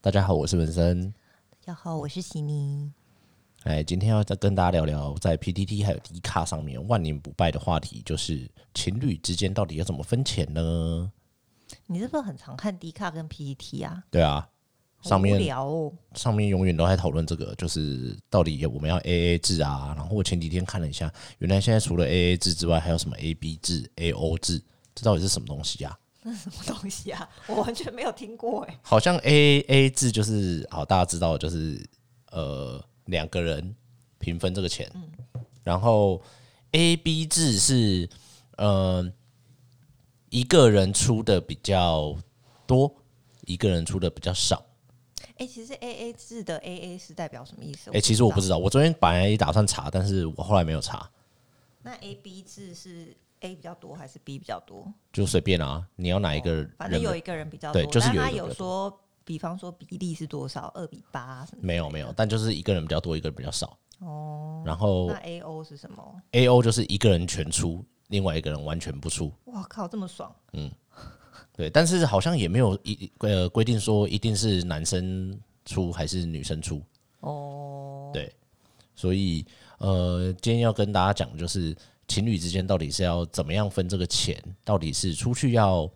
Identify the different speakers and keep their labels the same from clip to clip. Speaker 1: 大家好，我是文森。
Speaker 2: 大家好，我是悉尼。
Speaker 1: 哎，今天要再跟大家聊聊在 PTT 还有 D 卡上面万年不败的话题，就是情侣之间到底要怎么分钱呢？
Speaker 2: 你是不是很常看迪卡跟 PPT 啊？
Speaker 1: 对啊，
Speaker 2: 好
Speaker 1: 上面
Speaker 2: 无聊哦，
Speaker 1: 上面永远都在讨论这个，就是到底我们要 A A 制啊。然后我前几天看了一下，原来现在除了 A A 制之外，还有什么 A B 制、A O 制，这到底是什么东西啊？
Speaker 2: 什么东西啊？ 我完全没有听过哎、
Speaker 1: 好像 A A 制就是好，大家知道就是呃两个人平分这个钱，
Speaker 2: 嗯
Speaker 1: 然后 A B 制是呃一个人出的比较多，一个人出的比较少。
Speaker 2: 哎、其实 A A 制的 A A 是代表什么意思？
Speaker 1: 哎、其实我不
Speaker 2: 知
Speaker 1: 知道，我昨天本来也打算查，但是我后来没有查，
Speaker 2: 道。那 A B 制是 A 比较多还是 B 比较多？
Speaker 1: 就随便啊，你要哪一个人
Speaker 2: 哦反正有
Speaker 1: 的
Speaker 2: 一个人比较多，
Speaker 1: 对就是
Speaker 2: 但
Speaker 1: 有一
Speaker 2: 他
Speaker 1: 个比较
Speaker 2: 有说，比方说比例是多少，二比八什么？
Speaker 1: 没有没有，但就是一个人比较多，一个人比较少。
Speaker 2: 哦，
Speaker 1: 然后
Speaker 2: 那 A O 是什么？
Speaker 1: A O 就是一个人全出，另外一个人完全不出。
Speaker 2: 哇靠，这么爽！
Speaker 1: 对，但是好像也没有一呃规定说一定是男生出还是女生出，
Speaker 2: 哦，
Speaker 1: 对，所以呃，今天要跟大家讲的就是情侣之间到底是要怎么样分这个钱，到底是出去要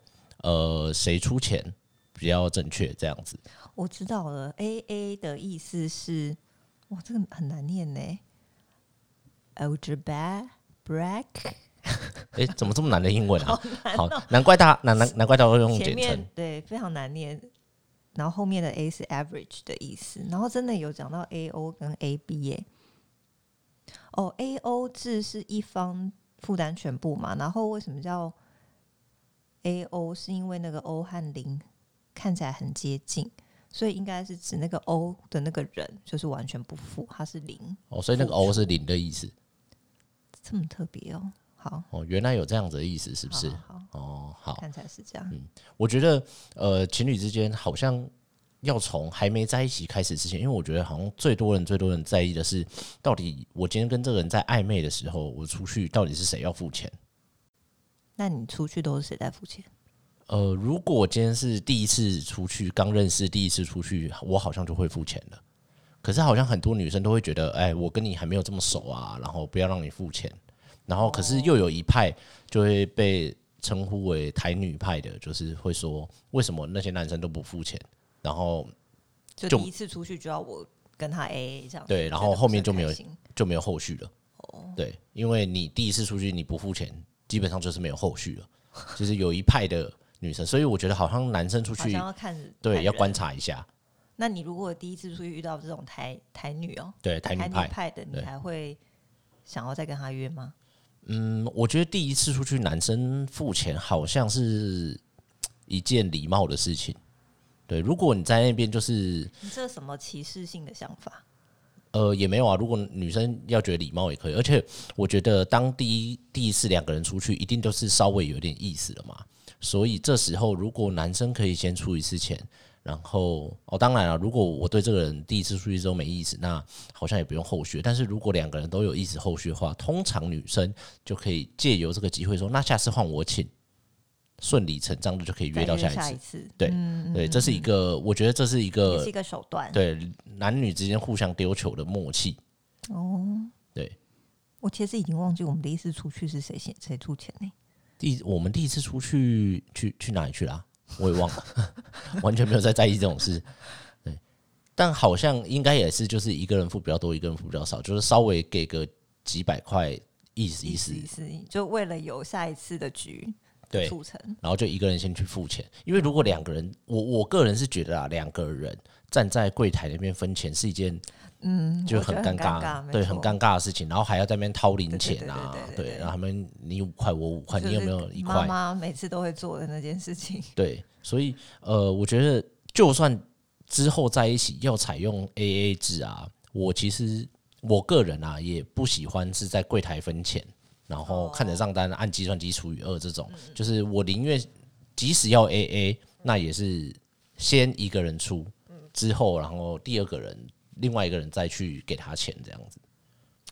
Speaker 1: 呃谁出钱比较正确这样子。
Speaker 2: 我知道了，A A 的意思是，哇，这个很难念呢。Algebra break
Speaker 1: 诶，怎么这么难的英文 啊？好，难怪大难难难怪大家都用
Speaker 2: 哦前
Speaker 1: 简称
Speaker 2: 面。对非常难念，然后后面的 A 是 average 的意思，然后真的有讲到 A O 跟 A B 耶、哦，A O 制是一方负担全部嘛，然后为什么叫 A O？是因为那个 O 和零看起来很接近，所以应该是指那个 O 的那个人就是完全不付，他是零，
Speaker 1: 哦，所以那个 O 是零的意思。
Speaker 2: 这么特别哦。好，
Speaker 1: 哦，原来有这样子的意思，是不是？
Speaker 2: 好好
Speaker 1: 哦，
Speaker 2: 好
Speaker 1: 好，
Speaker 2: 看起来是这样。
Speaker 1: 我觉得呃，情侣之间好像要从还没在一起开始之前，因为我觉得好像最多人最多人在意的是，到底我今天跟这个人在暧昧的时候，我出去到底是谁要付钱？
Speaker 2: 那你出去都是谁在付钱？
Speaker 1: 呃，如果我今天是第一次出去，刚认识第一次出去，我好像就会付钱了。可是好像很多女生都会觉得，哎，我跟你还没有这么熟啊，然后不要让你付钱。然后可是又有一派就会被称呼为台女派的，就是会说为什么那些男生都不付钱，然后
Speaker 2: 就
Speaker 1: 就
Speaker 2: 第一次出去就要我跟他 A A 这样子，
Speaker 1: 对
Speaker 2: 觉得
Speaker 1: 然后
Speaker 2: 不是
Speaker 1: 后面
Speaker 2: 很
Speaker 1: 就没有
Speaker 2: 开心
Speaker 1: 就没有后续了。对，因为你第一次出去你不付钱，基本上就是没有后续了。就是有一派的女生，所以我觉得好像男生出
Speaker 2: 好
Speaker 1: 去
Speaker 2: 像要看
Speaker 1: 对
Speaker 2: 看
Speaker 1: 要
Speaker 2: 人
Speaker 1: 观。察一下，
Speaker 2: 那你如果第一次出去遇到这种台台女哦、
Speaker 1: 对台女派。
Speaker 2: 派的，你
Speaker 1: 对
Speaker 2: 还会想要再跟他约吗？
Speaker 1: 嗯，我觉得第一次出去男生付钱好像是一件礼貌的事情。对，如果你在那边就是
Speaker 2: 你这什么歧视性的想法？
Speaker 1: 呃也没有啊，如果女生要觉得礼貌也可以，而且我觉得当第一第一次两个人出去，一定都是稍微有点意思了嘛。所以这时候如果男生可以先出一次钱，然后哦当然了，如果我对这个人第一次出去之后没意思，那好像也不用后续。但是如果两个人都有意思后续的话，通常女生就可以借由这个机会说，那下次换我请。顺理成章的就可以约
Speaker 2: 再
Speaker 1: 到下
Speaker 2: 下
Speaker 1: 一
Speaker 2: 一
Speaker 1: 次，
Speaker 2: 次，嗯
Speaker 1: 对对，这是一个，我觉得这是一
Speaker 2: 也
Speaker 1: 个
Speaker 2: 是一个手段。
Speaker 1: 对男女之间互相丢球的默契。
Speaker 2: 哦，
Speaker 1: 对，
Speaker 2: 我其实已经忘记我们第一次出去是谁先谁出钱呢、
Speaker 1: 第我们第一次出去去去哪里去啦、啊我也忘了， 完全没有在在意这种事。对，但好像应该也是就是一个人付比较多，一个人付比较少，就是稍微给个几百块意思意思，
Speaker 2: 意思，就为了有下一次的局
Speaker 1: 对，
Speaker 2: 促成。
Speaker 1: 然后就一个人先去付钱。因为如果两个人，我我个人是觉得啊，两个人站在柜台那边分钱是一件
Speaker 2: 嗯，
Speaker 1: 就
Speaker 2: 我觉
Speaker 1: 很
Speaker 2: 得
Speaker 1: 尴
Speaker 2: 很
Speaker 1: 尬，
Speaker 2: 尬，
Speaker 1: 对，很
Speaker 2: 尬。
Speaker 1: 尴尬的事情，然后还要在那边掏零钱啊，
Speaker 2: 对对对对对对
Speaker 1: 然后他们你五块我五块，
Speaker 2: 就
Speaker 1: 你有没
Speaker 2: 是
Speaker 1: 有一块？
Speaker 2: 妈妈每次都会做的那件事情。
Speaker 1: 对，所以呃，我觉得就算之后在一起要采用 A A 制啊，我其实我个人啊也不喜欢是在柜台分钱，然后看着账单按计算机除以二这种，就是我宁愿即使要 A A，那也是先一个人出，之后然后第二个人另外一个人再去给他钱这样子，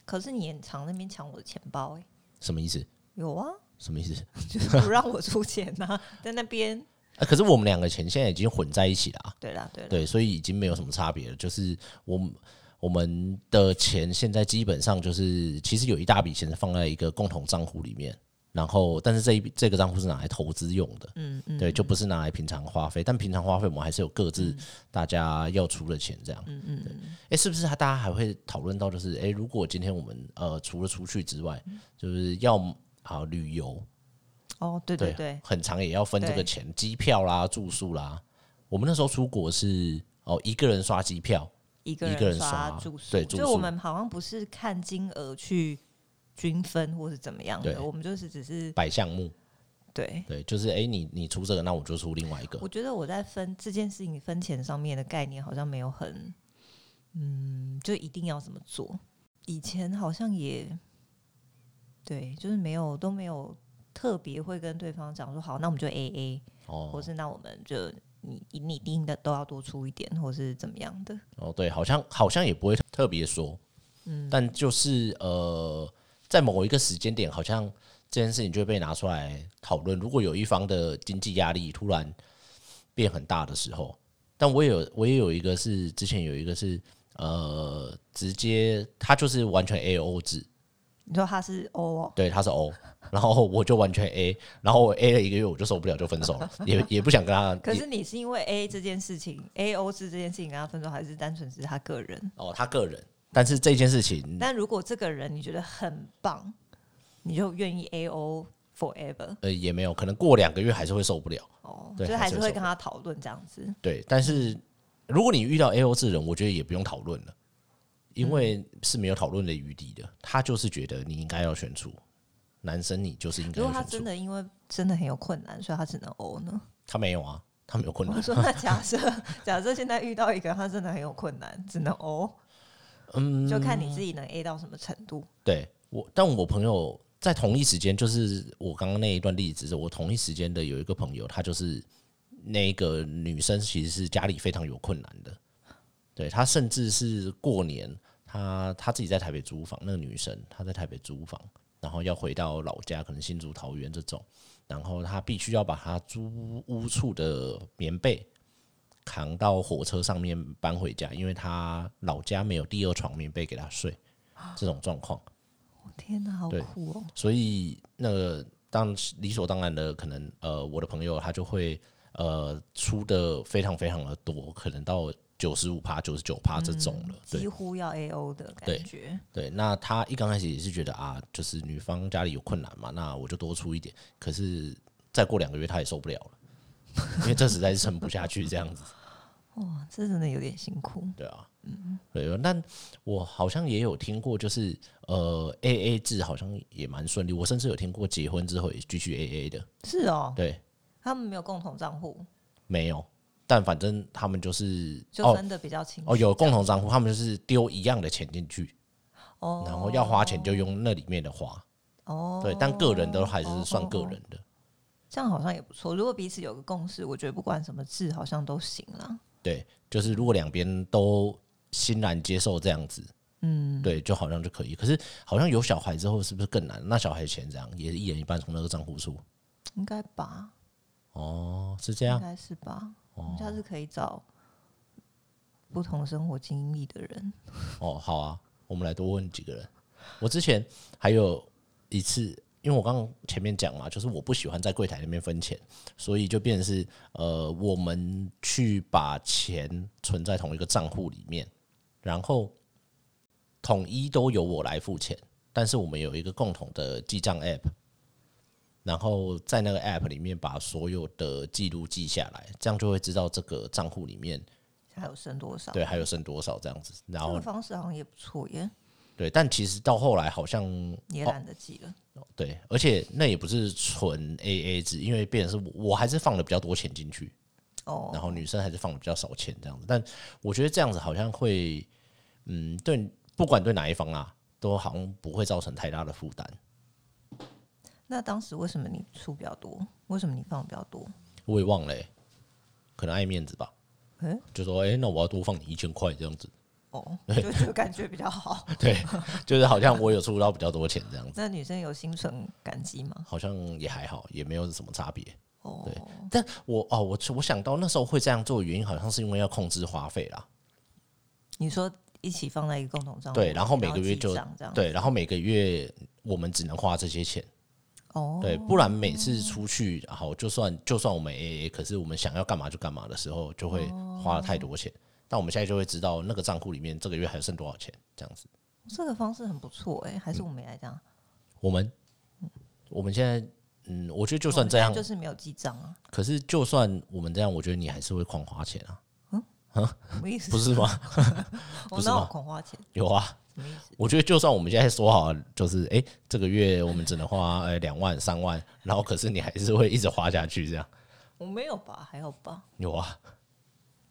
Speaker 2: 可是你很常那边抢我的钱包、欸，
Speaker 1: 什么意思？
Speaker 2: 有啊，
Speaker 1: 什么意思？
Speaker 2: 啊 就是不让我出钱呐、在那边
Speaker 1: 啊可是我们两个钱现在已经混在一起了、啊，
Speaker 2: 对啦，对啦，
Speaker 1: 对，所以已经没有什么差别了。就是我们我们的钱现在基本上就是，其实有一大笔钱是放在一个共同账户里面，然后但是这一笔这个账户是拿来投资用的，
Speaker 2: 嗯嗯，
Speaker 1: 对，就不是拿来平常花费。但平常花费我们还是有各自大家要出的钱这样。嗯嗯。哎、是不是大家还会讨论到就是，哎、如果今天我们呃除了出去之外，
Speaker 2: 嗯
Speaker 1: 就是要好旅游，
Speaker 2: 哦，对对对，
Speaker 1: 很长也要分这个
Speaker 2: 对
Speaker 1: 钱，机票啦、住宿啦。我们那时候出国是哦一个人刷机票，
Speaker 2: 一个
Speaker 1: 一个人
Speaker 2: 刷
Speaker 1: 刷
Speaker 2: 住宿，
Speaker 1: 对住
Speaker 2: 就我
Speaker 1: 宿
Speaker 2: 们好像不是看金额去均分或是怎么样
Speaker 1: 对
Speaker 2: 的，我们就是只是
Speaker 1: 摆项目，
Speaker 2: 对。
Speaker 1: 对，就是哎、你你出这个，那我就出另外一个
Speaker 2: 我。觉得我在分这件事情分钱上面的概念好像没有很，嗯，就一定要怎么做。以前好像也，对，就是没有都没有特别会跟对方讲说好，那我们就 A A，、或
Speaker 1: 哦
Speaker 2: 是那我们就你你一定的都要多出一点，或是怎么样的。
Speaker 1: 哦，对，好像好像也不会特别说，嗯，但就是呃，在某一个时间点，好像这件事情就会被拿出来讨论。如果有一方的经济压力突然变很大的时候，但我也有我也有一个是之前有一个是呃，直接他就是完全 A O 制，
Speaker 2: 你说他是哦，
Speaker 1: 对，他是 O，然后我就完全 A，然后我 A 了一个月我就受不了就分手了，也也不想跟他。
Speaker 2: 可是你是因为 A 这件事情，A O 是这件事情跟他分手，还是单纯是他个人？
Speaker 1: 哦，他个人，但是这件事情，
Speaker 2: 但如果这个人你觉得很棒，你就愿意 A O forever
Speaker 1: 呃，也没有，可能过两个月还是会受不了。
Speaker 2: 哦，
Speaker 1: 对
Speaker 2: 就是
Speaker 1: 还
Speaker 2: 还
Speaker 1: 是
Speaker 2: 是
Speaker 1: 会
Speaker 2: 会
Speaker 1: 受
Speaker 2: 跟他讨论这样子。
Speaker 1: 对，但是如果你遇到 A O 制人，我觉得也不用讨论了，因
Speaker 2: 嗯
Speaker 1: 为是没有讨论的余地的。他就是觉得你应该要选出男生，你就是应该
Speaker 2: 如果
Speaker 1: 要
Speaker 2: 他
Speaker 1: 选
Speaker 2: 真
Speaker 1: 出。
Speaker 2: 的因为真的很有困难，所以他只能 O 呢？
Speaker 1: 他没有啊，他没有困
Speaker 2: 我
Speaker 1: 难。
Speaker 2: 说那假设假设现在遇到一个他真的很有困难，只能 O，嗯，就看你自己能 A 到什么程度。
Speaker 1: 对我，但我朋友在同一时间，就是我刚刚那一段例子，是我同一时间的有一个朋友，她就是那个女生，其实是家里非常有困难的，对她甚至是过年，她她自己在台北租房，那个女生她在台北租房，然后要回到老家，可能新竹、桃园这种，然后她必须要把她租屋处的棉被。扛到火车上面搬回家，因为她老家没有第二床棉被给她睡，这种状况。
Speaker 2: 我天哪，好
Speaker 1: 对
Speaker 2: 酷哦！
Speaker 1: 所以那个当理所当然的，可能呃，我的朋友他就会呃出的非常非常的多，可能到九十五趴、九十九趴这种了。
Speaker 2: 几
Speaker 1: 对
Speaker 2: 乎要 A O 的
Speaker 1: 对
Speaker 2: 感觉。
Speaker 1: 对，那他一刚开始也是觉得啊，就是女方家里有困难嘛，那我就多出一点。可是再过两个月他也受不了了，因为这实在是撑不下去这样子。
Speaker 2: 哇，这真的有点辛苦。
Speaker 1: 对啊，对。但我好像也有听过，就是呃，A A 制好像也蛮顺利。我甚至有听过结婚之后也继续 A A 的，
Speaker 2: 是哦，
Speaker 1: 对。
Speaker 2: 他们没有共同账户，
Speaker 1: 没有，但反正他们就是
Speaker 2: 就
Speaker 1: 哦
Speaker 2: 分的比较清楚。
Speaker 1: 哦有共同账户，他们就是丢一样的钱进去，
Speaker 2: 哦
Speaker 1: 然后要花钱就用那里面的花。
Speaker 2: 哦，
Speaker 1: 对，但个人都还是算个
Speaker 2: 哦，哦
Speaker 1: 人的。
Speaker 2: 哦这样好像也不错。如果彼此有个共识，我觉得不管什么字好像都行啦。
Speaker 1: 对，就是如果两边都欣然接受这样子，嗯，对，就好像就可以。可是好像有小孩之后是不是更难？那小孩钱怎样？也是一人一半从那个账户出。
Speaker 2: 应该吧，
Speaker 1: 哦，是这
Speaker 2: 应
Speaker 1: 样。
Speaker 2: 该是吧。我
Speaker 1: 哦
Speaker 2: 们下次可以找不同生活经历的人。
Speaker 1: 哦，好啊，我们来多问几个人。我之前还有一次，因为我刚刚前面讲嘛，就是我不喜欢在柜台那边分钱，所以就变成是呃，我们去把钱存在同一个账户里面，然后统一都由我来付钱，但是我们有一个共同的记账 app。然后在那个 app 里面把所有的记录记下来，这样就会知道这个账户里面
Speaker 2: 还有剩多少？
Speaker 1: 对还有剩多少这样子。然
Speaker 2: 这
Speaker 1: 后
Speaker 2: 个方式好像也不错耶，
Speaker 1: 对，但其实到后来好像
Speaker 2: 也懒得记了。
Speaker 1: 对，而且那也不是纯 AA 制，因为变成是我我还是放了比较多钱进去，
Speaker 2: 哦，
Speaker 1: 然后女生还是放了比较少钱这样子。但我觉得这样子好像会，嗯，对，不管对哪一方啊，都好像不会造成太大的负担。
Speaker 2: 那当时为什么你出比较多？为什么你放比较多？
Speaker 1: 我也忘了欸、可能爱面子吧，
Speaker 2: 嗯，
Speaker 1: 就说哎、诶那我要多放你一千块这样子。
Speaker 2: 哦，就就感觉比较好。
Speaker 1: 对，就是好像我有出到比较多钱这样子，
Speaker 2: 那女生有心存感激吗？
Speaker 1: 好像也还好，也没有什么差别。
Speaker 2: 哦，
Speaker 1: 对但我哦，我我想到那时候会这样做，原因好像是因为要控制花费啦。
Speaker 2: 你说一起放在一个共同账户，
Speaker 1: 对然后每个月
Speaker 2: 记
Speaker 1: 就
Speaker 2: 账这样，
Speaker 1: 对，然后每个月我们只能花这些钱，
Speaker 2: 哦，
Speaker 1: 对，不然每次出去好，就算就算我们 AA，可是我们想要干嘛就干嘛的时候，就会花了太多钱。但我们现在就会知道那个账户里面这个月还剩多少钱，这样子。
Speaker 2: 这个方式很不错
Speaker 1: 嗯
Speaker 2: 哎、还是我们也来这样？
Speaker 1: 我们我们现在嗯，我觉得就
Speaker 2: 我
Speaker 1: 算
Speaker 2: 们
Speaker 1: 这
Speaker 2: 哦现
Speaker 1: 样，
Speaker 2: 在就是没有记账啊，
Speaker 1: 可是就算我们这样，我觉得你还是会狂花钱啊，
Speaker 2: 什么意思？哦
Speaker 1: 不是吗？
Speaker 2: 我
Speaker 1: 不是
Speaker 2: 哪有
Speaker 1: 吗
Speaker 2: 恐花钱？
Speaker 1: 有啊，
Speaker 2: 什么意思？
Speaker 1: 我觉得就算我们现在说好，就是诶，这个月我们只能花呃两万、三万，然后可是你还是会一直花下去，这样
Speaker 2: 我没有吧？还好吧？
Speaker 1: 有啊？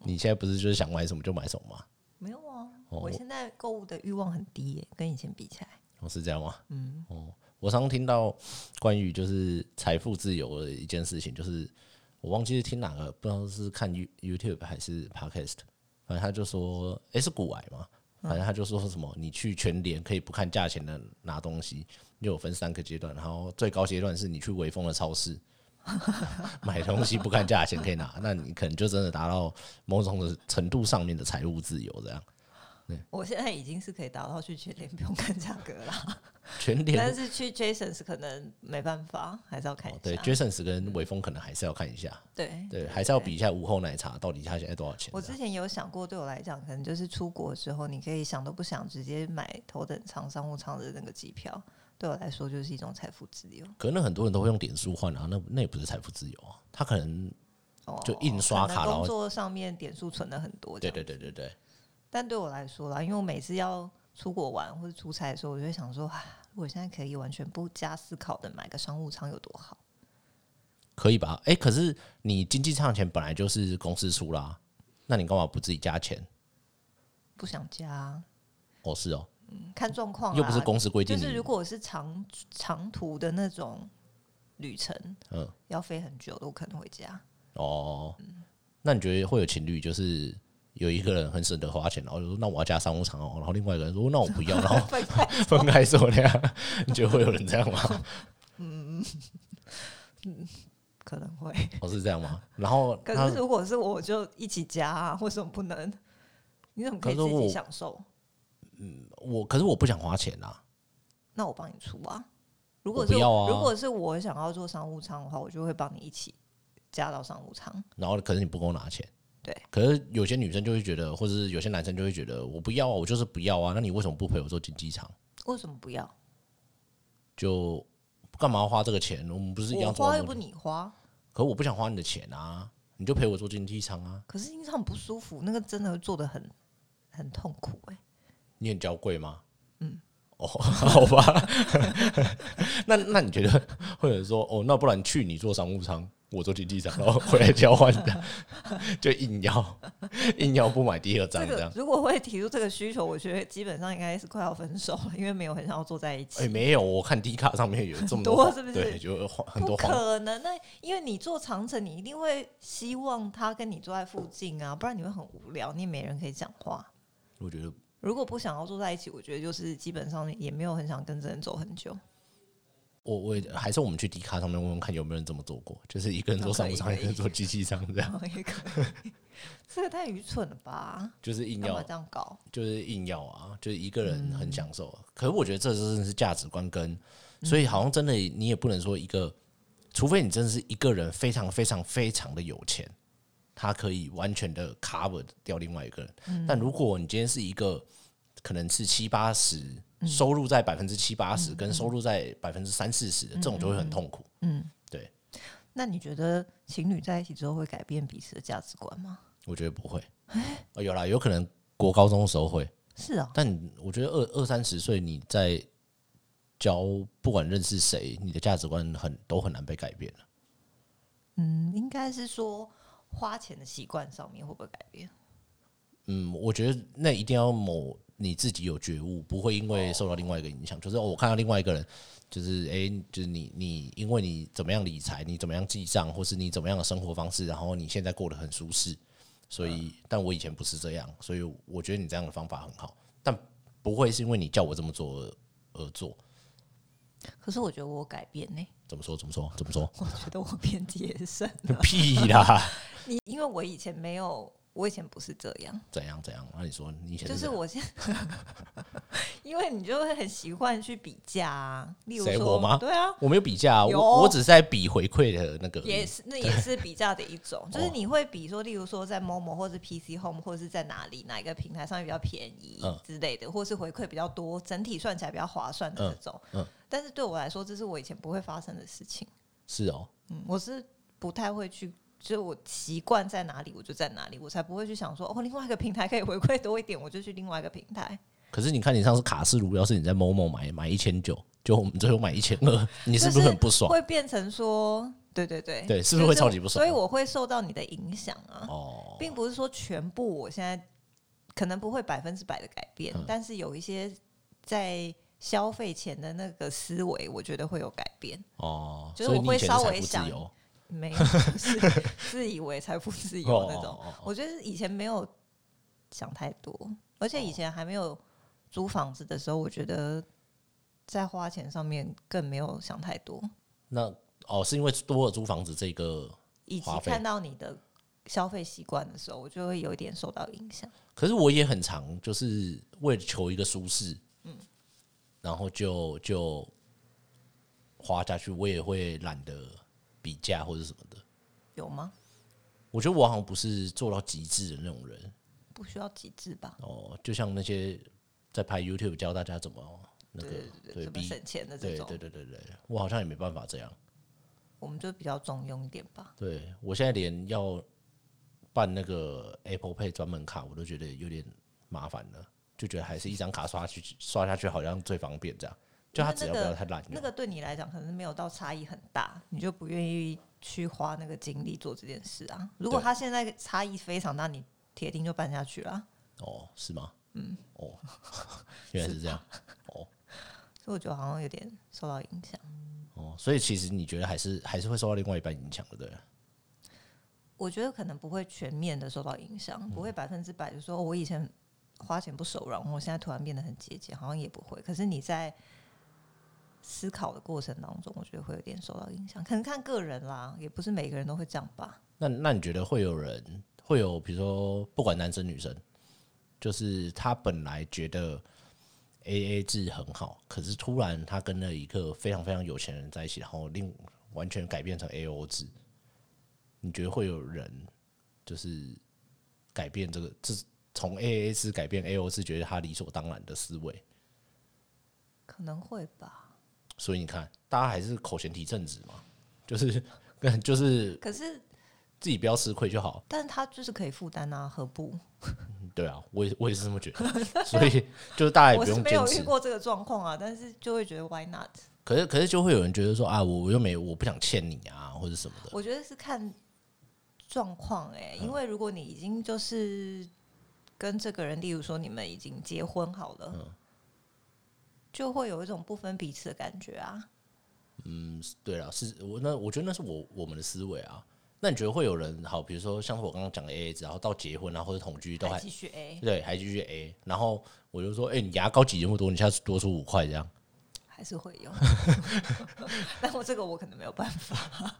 Speaker 1: 你现在不是就是想买什么就买什么吗？
Speaker 2: 没有啊，
Speaker 1: 哦
Speaker 2: 我现在购物的欲望很低耶、跟以前比起来，
Speaker 1: 哦，是这样吗？
Speaker 2: 嗯，
Speaker 1: 哦，我常听到关于就是财富自由的一件事情，就是我忘记是听哪个，不知道是看 You YouTube 还是 Podcast，反正他就说，诶，是古癌嘛，
Speaker 2: 嗯
Speaker 1: 反正他就说什么，你去全联可以不看价钱的拿东西，又有分三个阶段，然后最高阶段是你去微风的超市。 买东西不看价钱可以拿，那你可能就真的达到某种的程度上面的财务自由。这样，
Speaker 2: 我现在已经是可以达到去全联不用看价格啦，
Speaker 1: 全联
Speaker 2: 但是去 Jason 是可能没办法，还是要看一
Speaker 1: 哦
Speaker 2: 下。
Speaker 1: 对 Jasons 跟微风可能还是要看一下。
Speaker 2: 对
Speaker 1: 对，还是要比一下午后奶茶到底它现在多少钱啊
Speaker 2: 我
Speaker 1: 这
Speaker 2: 之
Speaker 1: 样。
Speaker 2: 前也有想过，对我来讲，可能就是出国之后，你可以想都不想直接买头等舱、商务舱的那个机票，对我来说就是一种财富自由。
Speaker 1: 可能很多人都会用点数换啊，那那也不是财富自由啊。他可能
Speaker 2: 哦，
Speaker 1: 就印刷
Speaker 2: 可
Speaker 1: 卡
Speaker 2: 能
Speaker 1: 然后
Speaker 2: 工作上面点数存的很多。
Speaker 1: 对对。对对对，
Speaker 2: 但对我来说啦，因为我每次要出国玩或者出差的时候，我就会想说，啊，如果现在可以完全不加思考的买个商务舱有多好。
Speaker 1: 可以吧？哎、可是你经济舱钱本来就是公司出啦，那你干嘛不自己加钱？
Speaker 2: 不想加啊，
Speaker 1: 哦，是哦，
Speaker 2: 嗯看状况啦。
Speaker 1: 又不是公司规定
Speaker 2: 就
Speaker 1: 你，
Speaker 2: 是如果我是长长途的那种旅程，
Speaker 1: 嗯
Speaker 2: 要飞很久的，我可能会 加。
Speaker 1: 哦，那你觉得会有情侣就是？有一个人很省得花钱，然后就说那我要加商务舱哦，然后另外一个人说那我不要，然 后
Speaker 2: 分开
Speaker 1: 分开做那样，你觉得会有人这样吗？
Speaker 2: 可能会。
Speaker 1: 哦，是这样吗？然后
Speaker 2: 可
Speaker 1: 他
Speaker 2: 是如果是我，我就一起加啊，为什么不能？你怎么可以
Speaker 1: 可是
Speaker 2: 自己
Speaker 1: 我
Speaker 2: 享受？
Speaker 1: 我可是我不想花钱啊，
Speaker 2: 那我帮你出啊。如
Speaker 1: 我
Speaker 2: 果
Speaker 1: 不
Speaker 2: 是
Speaker 1: 要啊
Speaker 2: 如果是我想要做商务舱的话，我就会帮你一起加到商务舱。
Speaker 1: 然后可是你不给我拿钱。
Speaker 2: 对，
Speaker 1: 可是有些女生就会觉得，或者是有些男生就会觉得，我不要啊，我就是不要啊，那你为什么不陪我做经济舱？
Speaker 2: 为什么不要？
Speaker 1: 就干嘛要花这个钱？我们不是一
Speaker 2: 我
Speaker 1: 样做
Speaker 2: 花
Speaker 1: 到
Speaker 2: 又
Speaker 1: 目
Speaker 2: 不
Speaker 1: 的？
Speaker 2: 你花，
Speaker 1: 可我不想花你的钱啊，你就陪我做经济舱啊，
Speaker 2: 可是经常不舒服，那个真的做的很很痛苦哎、
Speaker 1: 你很娇贵吗？嗯。哦， 好吧，那那你觉得，或者说，哦，那不然去你做商务舱，我做经济舱，然后回来交换的， 就硬要硬要不买第二张
Speaker 2: 这
Speaker 1: 这
Speaker 2: 个
Speaker 1: 样？
Speaker 2: 如果会提出这个需求，我觉得基本上应该是快要分手了，因为没有很想要坐在一
Speaker 1: 哎、
Speaker 2: 起。
Speaker 1: 没有，我看 D 卡上面有这么
Speaker 2: 多
Speaker 1: 黄
Speaker 2: 是不是
Speaker 1: 对，就有黄很
Speaker 2: 不
Speaker 1: 多黄
Speaker 2: 可能，那因为你坐长城，你一定会希望他跟你坐在附近啊，不然你会很无聊，你也没人可以讲话。
Speaker 1: 我觉得
Speaker 2: 如果不想要坐在一起，我觉得就是基本上也没有很想跟这人走很久。
Speaker 1: 我我也还是我们去迪卡上面问问看有没有人这么做过，就是一个人做商务
Speaker 2: 可
Speaker 1: 舱，
Speaker 2: 以
Speaker 1: 一个人做机器舱，这样
Speaker 2: 也可以，这个太愚蠢了吧？
Speaker 1: 就是硬
Speaker 2: 干嘛
Speaker 1: 要
Speaker 2: 这样搞？
Speaker 1: 就是硬要啊，就是一个人很享受。啊可是我觉得这真的是价值观跟，所以好像真的你也不能说一个，除非你真的是一个人非常非常非常的有钱，他可以完全的 cover 掉另外一个人。但如果你今天是一个可能是七八十，收入在百分之七八十，跟收入在百分之三四十的，这种就会很痛苦。
Speaker 2: 那你觉得情侣在一起之后会改变彼此的价值观吗？
Speaker 1: 我觉得不会。 哦有啦，有可能国高中的时候会，
Speaker 2: 是啊，
Speaker 1: 但你我觉得二二三十岁你在交，不管认识谁，你的价值观很都很难被改变了。
Speaker 2: 嗯，应该是说花钱的习惯上面会不会改变？
Speaker 1: 嗯，我觉得那一定要某你自己有觉悟，不会因为受到另外一个影响。就是、哦、我看到另外一个人，就是诶，就是你你因为你怎么样理财，你怎么样记账，或是你怎么样的生活方式，然后你现在过得很舒适。所以，但我以前不是这样，所以我觉得你这样的方法很好，但不会是因为你叫我这么做而而做。
Speaker 2: 可是我觉得我有改变呢、
Speaker 1: 怎么说？怎么说？怎么说？。
Speaker 2: 我觉得我变节省了
Speaker 1: 屁啦！
Speaker 2: 你因为我以前没有，我以前不是这样，
Speaker 1: 怎样怎样？那、你说你以前
Speaker 2: 就是
Speaker 1: 怎样
Speaker 2: 我现 在，因为你就会很习惯去比价、啊，例如
Speaker 1: 谁
Speaker 2: 说
Speaker 1: 我吗
Speaker 2: 对啊，
Speaker 1: 我没有比价、啊，
Speaker 2: 有
Speaker 1: 我我只是在比回馈的那个而已。
Speaker 2: 也 是那也是比价的一种，
Speaker 1: 哦
Speaker 2: 就是你会比说，例如说在某某或是 PC Home 或是在哪里哪一个平台上比较便宜
Speaker 1: 嗯
Speaker 2: 之类的，或是回馈比较多，整体算起来比较划算的这种。
Speaker 1: 嗯嗯
Speaker 2: 但是对我来说，这是我以前不会发生的事情。
Speaker 1: 是哦，
Speaker 2: 嗯，我是不太会去，就是我习惯在哪里我就在哪里，我才不会去想说哦，另外一个平台可以回馈多一点，我就去另外一个平台。
Speaker 1: 可是你看，你上次卡式炉，要是你在某某买买一千九，就我们最后买一千二，你是不是很不爽？
Speaker 2: 会变成说，对对对，
Speaker 1: 啊对是不是会
Speaker 2: 就
Speaker 1: 超级不爽啊
Speaker 2: 所以我会受到你的影响啊，
Speaker 1: 哦，
Speaker 2: 并不是说全部我现在可能不会百分之百的改变，
Speaker 1: 嗯
Speaker 2: 但是有一些在。消费前的那个思维，我觉得会有改变。
Speaker 1: 哦，
Speaker 2: 就是
Speaker 1: 所以
Speaker 2: 我
Speaker 1: 你
Speaker 2: 会
Speaker 1: 以前
Speaker 2: 稍
Speaker 1: 是财
Speaker 2: 微
Speaker 1: 富自
Speaker 2: 想
Speaker 1: 由
Speaker 2: 没有， 是自以为财富自由那种
Speaker 1: 哦哦。
Speaker 2: 我觉得以前没有想太多，而且以
Speaker 1: 哦
Speaker 2: 前还没有租房子的时候，我觉得在花钱上面更没有想太多，
Speaker 1: 那哦，是因为多了租房子这个。
Speaker 2: 以及
Speaker 1: 花费
Speaker 2: 看到你的消费习惯的时候，我就会有一点受到影响。
Speaker 1: 可是我也很常就是为了求一个舒适，嗯，然后就就花下去，我也会懒得比价或者什么的。
Speaker 2: 有吗？
Speaker 1: 我觉得我好像不是做到极致的那种人
Speaker 2: 不需要极致吧？
Speaker 1: 哦，就像那些在拍 YouTube 教大家怎么那个
Speaker 2: 对对对，
Speaker 1: 对
Speaker 2: 怎么
Speaker 1: 比
Speaker 2: 省钱的这
Speaker 1: 对
Speaker 2: 种
Speaker 1: 对，对对对，我好像也没办法这样。
Speaker 2: 我们就比较中庸一点吧。
Speaker 1: 对我现在连要办那个 Apple Pay 专门卡，我都觉得有点麻烦了，就觉得还是一张卡刷去刷下去好像最方便这样。就它只要不要太烂、
Speaker 2: 那个对你来讲可能没有到差异很大，你就不愿意去花那个精力做这件事啊。如果
Speaker 1: 对
Speaker 2: 他现在差异非常大，你铁定就办下去了。啊
Speaker 1: 哦，是吗？嗯，哦， 原来是这样。哦
Speaker 2: 所以我觉得好像有点受到影响。
Speaker 1: 哦，所以其实你觉得还是还是会受到另外一半影响的，对了？
Speaker 2: 我觉得可能不会全面的受到影响，不会
Speaker 1: 嗯
Speaker 2: 百分之百就说、哦我以前花钱不手软，我现在突然变得很节俭，好像也不会。可是你在思考的过程当中，我觉得会有点受到影响，可能看个人啦，也不是每个人都会这样吧。
Speaker 1: 那那你觉得会有人会有，比如说不管男生女生，就是他本来觉得 A A 制很好，可是突然他跟了一个非常非常有钱人在一起，然后另完全改变成 A O 制，你觉得会有人就是改变这个，这从 A A 制改变 A O 制，觉得他理所当然的思维？
Speaker 2: 可能会吧，
Speaker 1: 所以你看，大家还是口嫌体正直嘛，就是。 就是
Speaker 2: 可是，
Speaker 1: 自己不要吃亏就好，
Speaker 2: 但他就是可以负担啊，何不？
Speaker 1: 对啊，我也我也是这么觉 得，所以就是大家也
Speaker 2: 我
Speaker 1: 不
Speaker 2: 是
Speaker 1: 用
Speaker 2: 没有
Speaker 1: 坚
Speaker 2: 遇
Speaker 1: 持。
Speaker 2: 过这个状况啊，但是就会觉得 why not？
Speaker 1: 可是可是就会有人觉得说啊，我我又没我不想欠你啊，或者什么的。嗯
Speaker 2: 我觉得是看状况哎，因为如果你已经就是跟这个人，例如说你们已经结婚好了，
Speaker 1: 嗯
Speaker 2: 就会有一种不分彼此的感觉啊。
Speaker 1: 对啊，是我那我觉得那是我我们的思维啊。那你觉得会有人好，比如说像是我刚刚讲的 A A 制，然后到结婚啊或者同居都
Speaker 2: 还
Speaker 1: 还
Speaker 2: 继续哎 A，
Speaker 1: 对还继续 A，然后我就说，哎、你牙膏挤这么多，你下次多出五块这样，
Speaker 2: 还是会有， 但我这个我可能没有办法。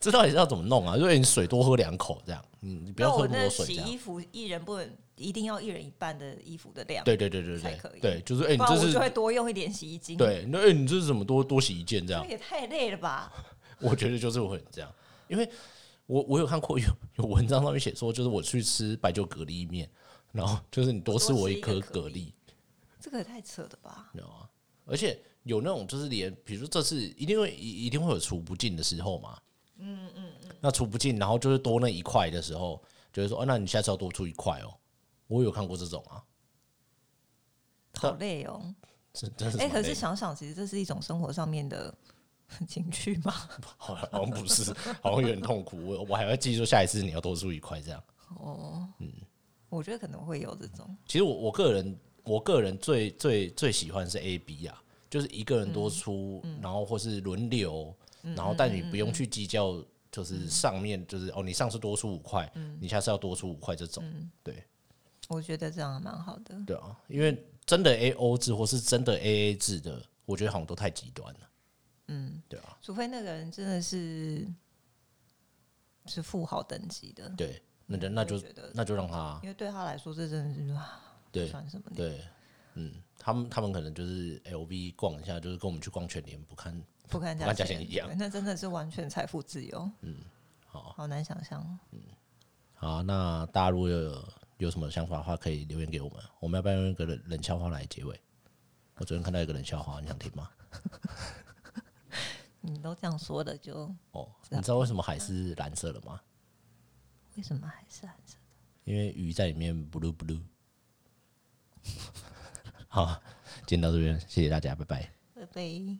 Speaker 1: 这到底是要怎么弄啊？就是你水多喝两口这样，你你 不
Speaker 2: 那
Speaker 1: 要喝
Speaker 2: 我
Speaker 1: 那么
Speaker 2: 那
Speaker 1: 多水
Speaker 2: 洗
Speaker 1: 这样。
Speaker 2: 衣服一人不能，一定要一人一半的衣服的量，
Speaker 1: 对对对对
Speaker 2: 才
Speaker 1: 对
Speaker 2: 可以
Speaker 1: 对，就是哎、
Speaker 2: 不
Speaker 1: 你
Speaker 2: 然
Speaker 1: 这
Speaker 2: 我就是会多用一点洗衣精。，
Speaker 1: 对，那哎、你这是怎么多多洗一件这样
Speaker 2: 这？也太累了吧？
Speaker 1: 我觉得就是会这样，因为我我有看过有有文章上面写说，就是我去吃白酒蛤蜊面，然后就是你多吃我一颗
Speaker 2: 多
Speaker 1: 蛤
Speaker 2: 吃一
Speaker 1: 蜊，
Speaker 2: 这个也太扯了吧？
Speaker 1: 你知道吗？而且有那种就是连，比如说这次一定会一一定会有除不尽的时候嘛，嗯嗯嗯，那除不尽，然后就是多那一块的时候，就是说，哦、那你下次要多出一块哦。我有看过这种啊，
Speaker 2: 好累哦。
Speaker 1: 真真是
Speaker 2: 哎、
Speaker 1: 蛮
Speaker 2: 可
Speaker 1: 累
Speaker 2: 是
Speaker 1: 的
Speaker 2: 想想，其实这是一种生活上面的 情趣嘛。
Speaker 1: 好像好像不是，好像有点痛苦。我我还要记住下一次你要多出一块这样。
Speaker 2: 哦，嗯， 我觉得可能会有这种，
Speaker 1: 其实我我个人我个人最最最喜欢是 A B 啊，就是一个人
Speaker 2: 嗯
Speaker 1: 多出，然后或是轮流，然后但你不
Speaker 2: 嗯
Speaker 1: 用去计较，就是上面就是、哦，你上次多出五块，
Speaker 2: 嗯
Speaker 1: 你下次要多出五块这种，对
Speaker 2: 我觉得这样还蛮好的。
Speaker 1: 对啊，因为真的 A O 制或是真的 A A 制的，我觉得好像都太极端了。
Speaker 2: 嗯，
Speaker 1: 对啊，
Speaker 2: 除非那个人真的是是富豪等级的，
Speaker 1: 对，那就那
Speaker 2: 嗯我
Speaker 1: 就
Speaker 2: 觉得，
Speaker 1: 那就让他
Speaker 2: 因为对他来说，这真的是哇，
Speaker 1: 对
Speaker 2: 算什么？，
Speaker 1: 对，嗯，他们他们可能就是 LV 逛一下，就是跟我们去逛全联不看
Speaker 2: 不看
Speaker 1: 不
Speaker 2: 价
Speaker 1: 看价钱一样嗯
Speaker 2: 对那真的是完全财富自由，
Speaker 1: 好
Speaker 2: 好难想象。
Speaker 1: 好，那大家如果有有什么想法的话，可以留言给我们。我们要不要用一个冷冷笑话来结尾？我昨天看到一个冷笑话，你想听吗？
Speaker 2: 你都这样说的，就
Speaker 1: 哦，
Speaker 2: 是啊
Speaker 1: 你知道为什么海是蓝色的吗？
Speaker 2: 为什么还是很深？
Speaker 1: 因为鱼在里面 blue blue。好，今天到这边，谢谢大家，拜拜。
Speaker 2: 拜拜。